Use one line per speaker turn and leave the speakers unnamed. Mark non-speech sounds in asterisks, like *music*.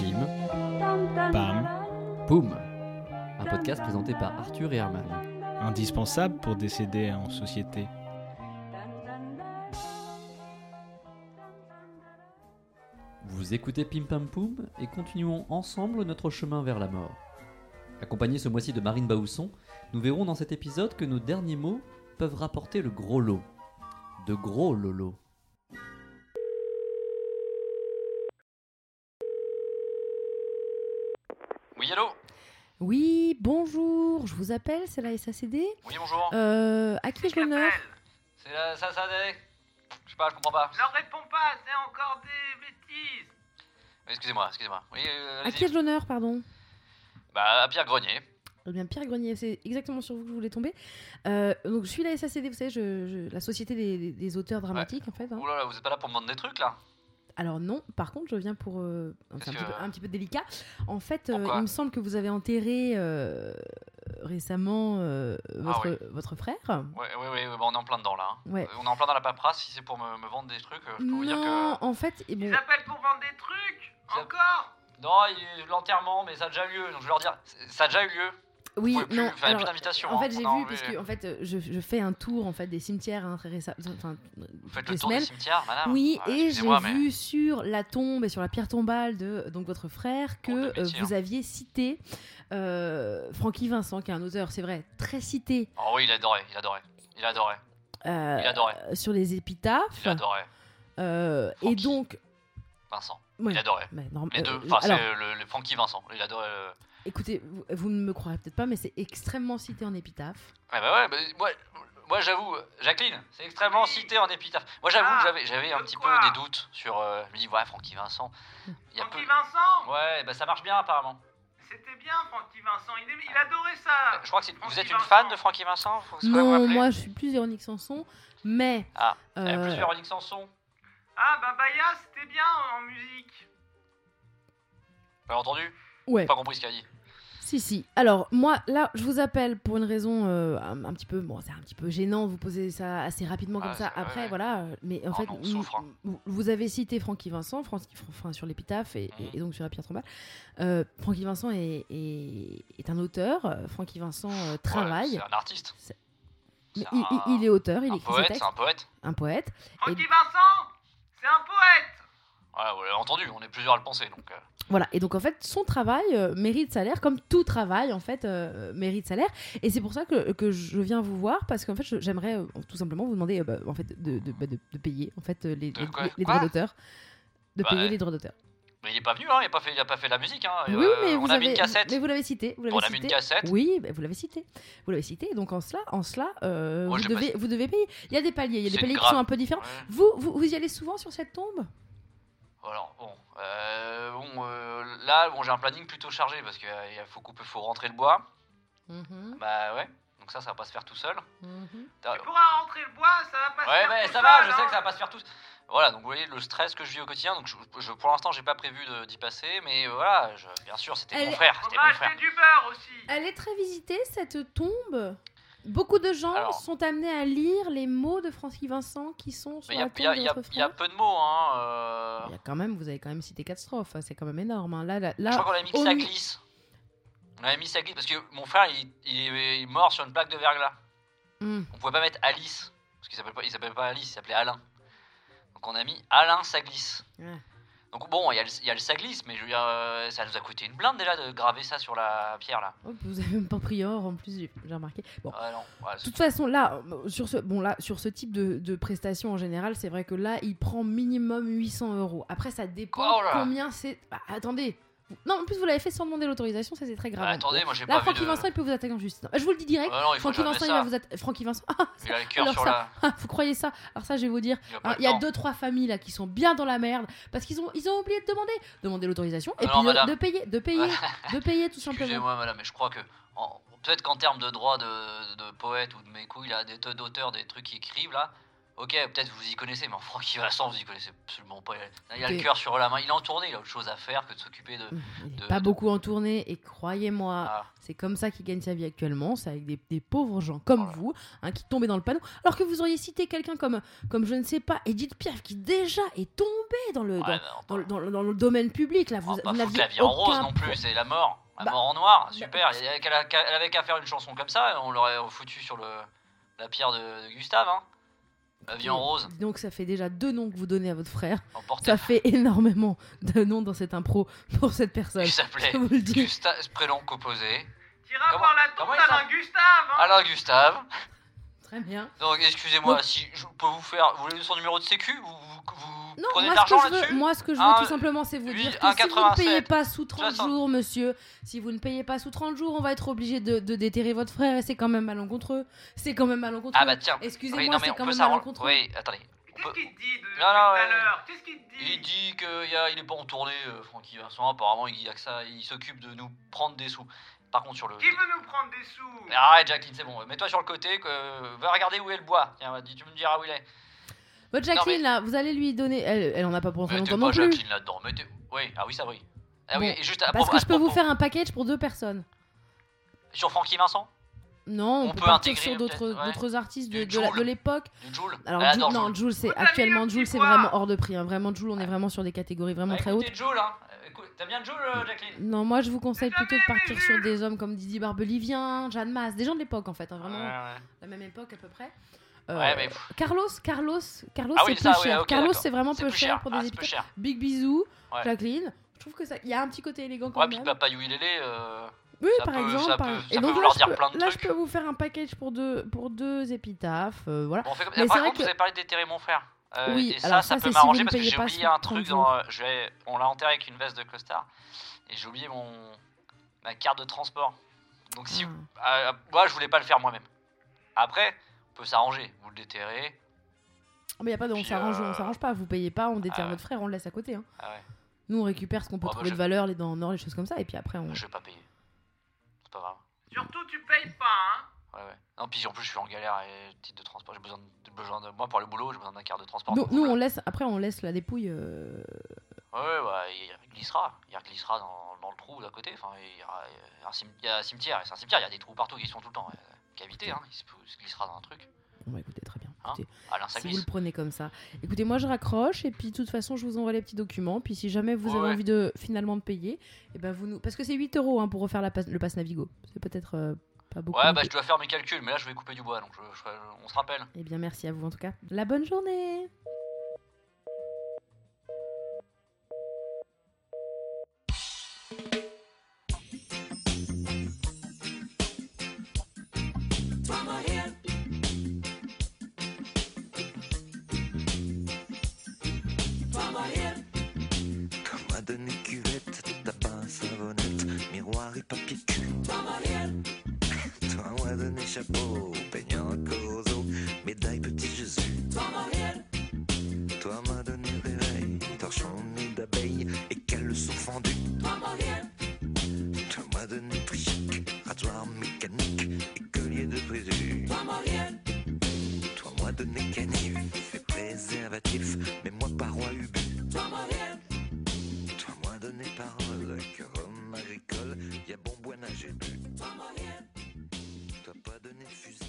Film,
Pam.
Poum, un podcast présenté par Arthur et Herman.
indispensable pour décéder en société.
Vous écoutez Pim Pam Poum et continuons ensemble notre chemin vers la mort. Accompagné ce mois-ci de Marine Baousson, nous verrons dans cet épisode que nos derniers mots peuvent rapporter le gros lot. De gros lolo. Oui, allô
Oui, bonjour, je vous appelle, c'est la SACD.
Oui, bonjour.
Euh, à qui ai-je l'honneur
C'est la ça, ça, des- Je sais pas, je comprends pas.
Leur réponds pas, c'est encore des bêtises.
Excusez-moi, excusez-moi. Oui, euh,
À
allez-y.
qui ai-je l'honneur, pardon
Bah, à Pierre Grenier.
Eh bien, Pierre Grenier, c'est exactement sur vous que je voulais tomber. Euh, donc, je suis la SACD, vous savez, je, je- la société des, des- des auteurs dramatiques, en fait. hein.
Ouh là là, vous êtes pas là pour me demander des trucs là
Alors, non, par contre, je viens pour. euh,
Parce
c'est un,
que-
petit peu, un petit peu délicat. En fait, euh,
Pourquoi
il me semble que vous avez enterré euh, récemment euh,
Ah
votre, votre frère.
Ouais, ouais, ouais, ouais, bah, on est en plein dedans là. hein.
Ouais.
Euh, On est en plein dans la paperasse. Si c'est pour me, me vendre des trucs, euh, je peux vous dire
Non,
que.
en fait, eh bon,
Ils appellent pour vendre des trucs.
Ça-
Encore
Non, il- l'enterrement, mais ça a déjà eu lieu. Donc je vais leur dire, c'est- ça a déjà eu lieu.
oui,
vous pouvez plus
non.
faire
alors,
plus d'invitation.
En
hein.
fait, j'ai
On a
vu, parce
enlevé-
que en fait, euh, je, je fais un tour en fait, des cimetières hein, très récem- enfin, euh,
Vous faites
toutes
le
les
tour
semaines.
du cimetière, madame
Oui,
Ouais,
et j'ai
excusez-moi, mais-
vu sur la tombe et sur la pierre tombale de donc, votre frère que
Drôle de
euh,
métier, hein.
vous aviez cité euh, Francky Vincent, qui est un auteur, c'est vrai, très cité
Oh oui, il adorait, il adorait. Il adorait,
euh,
il adorait,
sur les épitaphes.
il adorait.
euh, et
Francky.
donc.
Vincent,
ouais,
il adorait.
mais norm-
Les
euh,
deux, enfin,
alors,
c'est le, le Francky Vincent. Il adorait. euh,
écoutez, vous, vous ne me croirez peut-être pas, mais c'est extrêmement cité en épitaphe.
Ouais, bah ouais, bah, moi, moi j'avoue, Jacqueline, c'est extrêmement
Oui.
cité en épitaphe. Moi j'avoue,
Ah,
que j'avais, j'avais un
de
petit
quoi
peu des doutes sur. euh, je me dis, ouais, Francky Vincent. Il y a
Francky
peu...
Vincent
Ouais, bah ça marche bien apparemment.
C'était bien, Francky Vincent. Il, aimait- il adorait
Euh,
ça.
Je crois que c'est- vous
Ah, Francky
êtes une
Vincent.
fan de Francky Vincent faut que ça vous
non,
rappelez.
moi je suis plus Véronique Sanson, mais.
Ah, Elle est
euh,
plus Véronique Sanson.
Ah, Babaya, c'était bien en musique.
Pas entendu
ouais.
Pas compris ce qu'elle a dit.
Si, si. Alors, moi, là, je vous appelle pour une raison euh, un, un petit peu. Bon, c'est un petit peu gênant, vous posez ça assez rapidement
Ah,
comme ça.
c'est- ouais,
Après,
ouais.
voilà. euh, Mais en
Oh
fait,
non, on
vous-
souffre, hein.
vous, vous avez cité Francky Vincent, Francky, Fran- enfin, sur l'épitaphe et,
Mhm.
et donc sur la pierre tombale. Euh, Francky Vincent est, est- est un auteur. euh, Francky Vincent euh, travaille.
Ouais, c'est un artiste.
C'est-
c'est
Mais il, il-
un-
il est auteur, il
Un
écrit ses
poète,
textes.
c'est un poète.
Un poète.
Francky Vincent, c'est un poète.
Voilà, vous l'avez entendu, on est plusieurs à le penser donc. euh,
Voilà, et donc en fait, son travail euh, mérite salaire, comme tout travail en fait euh, mérite salaire. Et c'est pour ça que, que je viens vous voir, parce qu'en fait, je- j'aimerais euh, tout simplement vous demander euh, bah, en fait, de, de- bah, de- de payer en fait, euh, les,
De
les-
quoi
les- les
Quoi
droits d'auteur. De
Bah,
payer
ouais.
les droits d'auteur.
Mais il est pas venu, hein, il a pas fait, il a pas fait la musique. Hein.
Oui,
euh,
oui, mais,
on
vous
a
avez,
mis une cassette.
mais vous l'avez cité. Vous l'avez
on a mis
cité.
une cassette.
Oui, bah, vous l'avez cité. Vous l'avez cité. Et donc en cela, en cela euh,
Moi, je
vous,
l'ai pas
devez, vous devez payer. Il y a des paliers, il y a
C'est
des paliers qui
grave.
sont un peu différents.
Ouais.
Vous, vous, vous y allez souvent sur cette tombe
Alors bon, euh, bon euh, là bon, j'ai un planning plutôt chargé parce qu'il faut couper, faut rentrer le bois. Bah ouais, donc ça ça va pas se faire tout seul. T'as-
Tu pourras rentrer le bois, ça va pas se
Ouais
faire
mais
tout
ça va,
seul,
je sais
hein.
que ça va pas se faire tout. Voilà donc vous voyez le stress que je vis au quotidien donc je, je- pour l'instant j'ai pas prévu de- d'y passer mais euh, voilà je- bien sûr c'était
Elle-
mon frère,
On
c'était
va
mon frère. Euh,
acheter du beurre aussi.
Elle est très visitée, cette tombe. Beaucoup de gens
Alors.
sont amenés à lire les mots de Francis Vincent qui sont sur
Mais il y
la
a,
tombe
il y a-
de
il y a-
votre
il y a
frère.
peu de mots hein. euh,
Il y a quand même, vous avez quand même cité quatre strophes, hein, c'est quand même énorme. hein. Là, là, là-
je crois qu'on a mis que
on-
ça glisse. On a mis ça glisse parce que mon frère il, il est mort sur une plaque de verglas.
Hmm.
On pouvait pas mettre Alice, parce qu'il s'appelle pas, il s'appelle pas Alice, il s'appelait Alain. Donc on a mis Alain Saglis.
Ouais.
Donc bon, il y, a le- il y a le Saglis, mais je veux dire, euh, ça nous a coûté une blinde déjà de graver ça sur la pierre là.
Oh, vous avez même pas pris or en plus, j'ai j'ai remarqué. Bon,
Ah non, ouais,
De
c'est-
toute façon, là, euh, sur ce, bon, là, sur ce type de, de prestation en général, c'est vrai que là, il prend minimum 800 euros. Après, ça dépend
Oh là là.
combien c'est. Bah, attendez. Non, en plus, vous l'avez fait sans demander l'autorisation, ça c'est très grave.
Ah, attendez, moi j'ai pas
là,
vu
Francky
de...
Vincent, il peut vous attaquer en justice. Je vous le dis direct.
Ah non, il faut
Francky
jamais
Vincent, il
ça.
va vous attaquer. Francky Vincent. *laughs* Ah, ça,
Il a le cœur
Alors
sur
ça,
la...
Ah, vous croyez ça Alors ça, je vais vous dire,
Il a,
hein,
pas
il y a
le temps.
deux trois familles là qui sont bien dans la merde parce qu'ils ont ils ont oublié de demander, demander l'autorisation et
Non,
puis de-
madame.
de, payer, de payer,
Voilà.
*laughs* de payer tout simplement.
Excusez-moi madame, mais je crois que... en- Peut-être qu'en termes de droit de, de poète ou de mes couilles, là, des- d'auteur, des trucs qui écrivent là, Ok, peut-être vous y connaissez, mais en Francky Vincent, vous y connaissez absolument pas. Il a le
Écoutez.
cœur sur la main, il est en tournée, il a autre chose à faire que de s'occuper de.
Hum, Il
de-
n'est pas
de-
beaucoup en tournée et croyez-moi,
Ah.
c'est comme ça qu'il gagne sa vie actuellement, c'est avec des, des pauvres gens comme
Voilà.
vous hein, qui tombaient dans le panneau. Alors que vous auriez cité quelqu'un comme, comme je ne sais pas, Edith Piaf qui déjà est tombée euh, dans le,
Ouais,
dans-
bah, on
dans,
peut-
le- dans le- dans le domaine public là. Vous,
on va pas
vous
foutre
n'aviez
la vie en rose
aucun-
non plus, c'est la mort. La
Bah,
mort en noir, super. Il y a- qu'elle a- qu'elle- Elle avait qu'à faire une chanson comme ça, et on l'aurait foutu sur le, la pierre de, de Gustave. Hein. La vie en rose,
Donc ça fait déjà deux noms que vous donnez à votre frère.
en portrait.
Ça fait énormément de noms dans cette impro pour cette personne.
Il
Je *laughs*
s'appelait
vous le dis.
Gustave, prénom composé.
T'iras
Comment-
voir la
comment
tombe
il s'appelle
d'Alain Gustave hein.
Alain Gustave.
Très bien.
Donc excusez-moi,
Donc-
si je peux vous faire. Vous voulez son numéro de sécu Vous, vous- vous
Non,
prenez de
moi ce,
l'argent
que je veux,
là-dessus
moi, ce que je veux
Un-
tout simplement, c'est vous
huit-
dire
un
que si vous ne
87,
payez pas sous 30
60.
jours, monsieur, si vous ne payez pas sous 30 jours, on va être obligé de, de déterrer votre frère et c'est quand même malencontreux. C'est quand même malencontreux.
Ah bah tiens, oui,
Excusez-moi,
non
c'est
mais on
quand
peut
même
s'arranger.
malencontreux.
Oui, attendez. on
Qu'est-ce
peut-
qu'il te dit de- depuis tout
Non, non,
à
ouais.
l'heure Qu'est-ce qu'il te dit
Il dit qu'il est pas en tournée, euh, Francky Vincent. Apparemment, il y a que ça. Il s'occupe de nous prendre des sous. Par contre, sur le.
Qui veut nous prendre des sous
Mais Arrête, Jacqueline, c'est bon. Mets-toi sur le côté. Que... Va regarder où est le bois. Tiens, dis- tu me diras où il est.
Votre
Non,
Jacqueline, là, vous allez lui donner. Elle, elle en a pas pour très
Mettez
longtemps
pas
non plus.
Jacqueline là-dedans. Mettez... Oui, ah oui, ça oui. Ah oui,
Bon,
et juste à
Parce
propos-
que
à
je peux vous
propos-
faire un package pour deux personnes.
Sur Francky Vincent
Non, on,
On peut
peut, partir
intégrer
sur d'autres
peut-être, ouais.
d'autres artistes de,
Du
de la- de
Jul.
l'époque.
Du Joule
Alors,
Elle
Jul-
adore
non,
Ah, Joule.
Jules, c'est
Vous avez mis
actuellement
le
Jules,
petit
c'est
pois.
vraiment hors de prix. hein. Vraiment Jules, on est vraiment sur des catégories vraiment
Ah,
très hautes.
écoutez Joule, hein. Écoute, T'aimes bien Joule, euh, Jacqueline
Non, moi je vous conseille
Jamais
plutôt de partir
vu.
sur des hommes comme Didier Barbelivien, Jeanne Masse, des gens de l'époque en fait, hein, vraiment
Ouais,
la même époque à peu près.
Ah.
Euh,
Ouais, mais pff,
Carlos, Carlos, Carlos,
Ah
c'est
oui,
plus
ça, oui,
cher.
ah, ok,
Carlos,
d'accord.
c'est vraiment
c'est
peu
plus cher.
cher pour
Ah,
des
c'est plus
épisodes.
cher.
Big bisous,
Ouais.
Jacqueline. Je trouve que ça, il y a un petit côté élégant quand
Ouais, puis
même.
Papa Yulélé, euh,
Oui,
ça
par
peut-
exemple.
ça
par-
peut- ça peut
Et donc là,
vouloir
je
dire
peux,
plein de
là, je
trucs.
peux vous faire un package pour deux, pour deux épitaphes, euh, voilà.
Bon, on fait comme-
Mais
Par
c'est vrai
contre,
que-
vous avez parlé d'éterrer mon frère. Euh,
Oui,
et ça,
alors
ça,
ça, c'est
peut
si vous
m'arranger
ne
parce que
payez
j'ai
pas
oublié
sous
un
30
truc.
jours.
Dans, euh, je vais, on l'a enterré avec une veste de costard. Et j'ai oublié mon, ma carte de transport. Donc,
Ah.
si. euh, moi, je voulais pas le faire moi-même. Après, on peut s'arranger. Vous le déterrez.
Ah, Mais y a pas de on
Puis,
s'arrange,
euh, ah.
on s'arrange pas. Vous payez pas, on déterre
ouais.
votre frère, on le laisse à côté. hein.
Ah ouais,
Nous, on récupère ce qu'on peut
Oh, bah,
trouver
je-
de valeur, les dents en or, les choses comme ça, et puis après, on.
je vais pas payer. C'est pas grave.
Surtout, tu payes pas, hein
Ouais, ouais. Non, puis en plus, je suis en galère et titre de transport. J'ai besoin de, j'ai besoin de. Moi, pour le boulot, j'ai besoin d'un quart de transport.
Donc, nous,
Ouais,
on laisse, après, on laisse la dépouille. euh,
ouais, bah, il glissera. Il glissera dans, dans le trou d'à côté. Enfin, il y aura il y a un, cim- il y a un cimetière. et C'est un cimetière. Il y a des trous partout qui sont tout le temps. euh, Cavité, hein. Il se, il se glissera dans un truc.
Bon, bah, écoutez, très bien.
Hein
Écoutez,
Alain, ça
si vous le
glisse.
prenez comme ça. Écoutez, moi, je raccroche, et puis, de toute façon, je vous envoie les petits documents. Puis, si jamais vous
Ouais,
avez
ouais.
envie de finalement de payer, et ben vous nous. Parce que c'est 8 euros hein, pour refaire la passe- le pass Navigo. C'est peut-être euh, pas beaucoup.
Ouais,
non
bah,
plus.
je dois faire mes calculs. Mais là, je vais couper du bois. Donc, je- je- on se rappelle.
Eh bien, merci à vous en tout cas. La bonne journée
Camarade cuvette, tabac, savonnette, miroir et papier cul. Toi, moi, donné chapeau, peignant corso, médaille, petit Jésus. Toi, m'a donné réveil, torchon, nid d'abeille et cale sont fendue. Toi, m'a donné trichic, rasoir mécanique et collier de prévu. Toi, moi, donné canif et préservatif, mais moi, par roi ubu. Toi, moi, donné parole que Rome agricole, y a bon bois nager bu. Toi, pas donné fusil.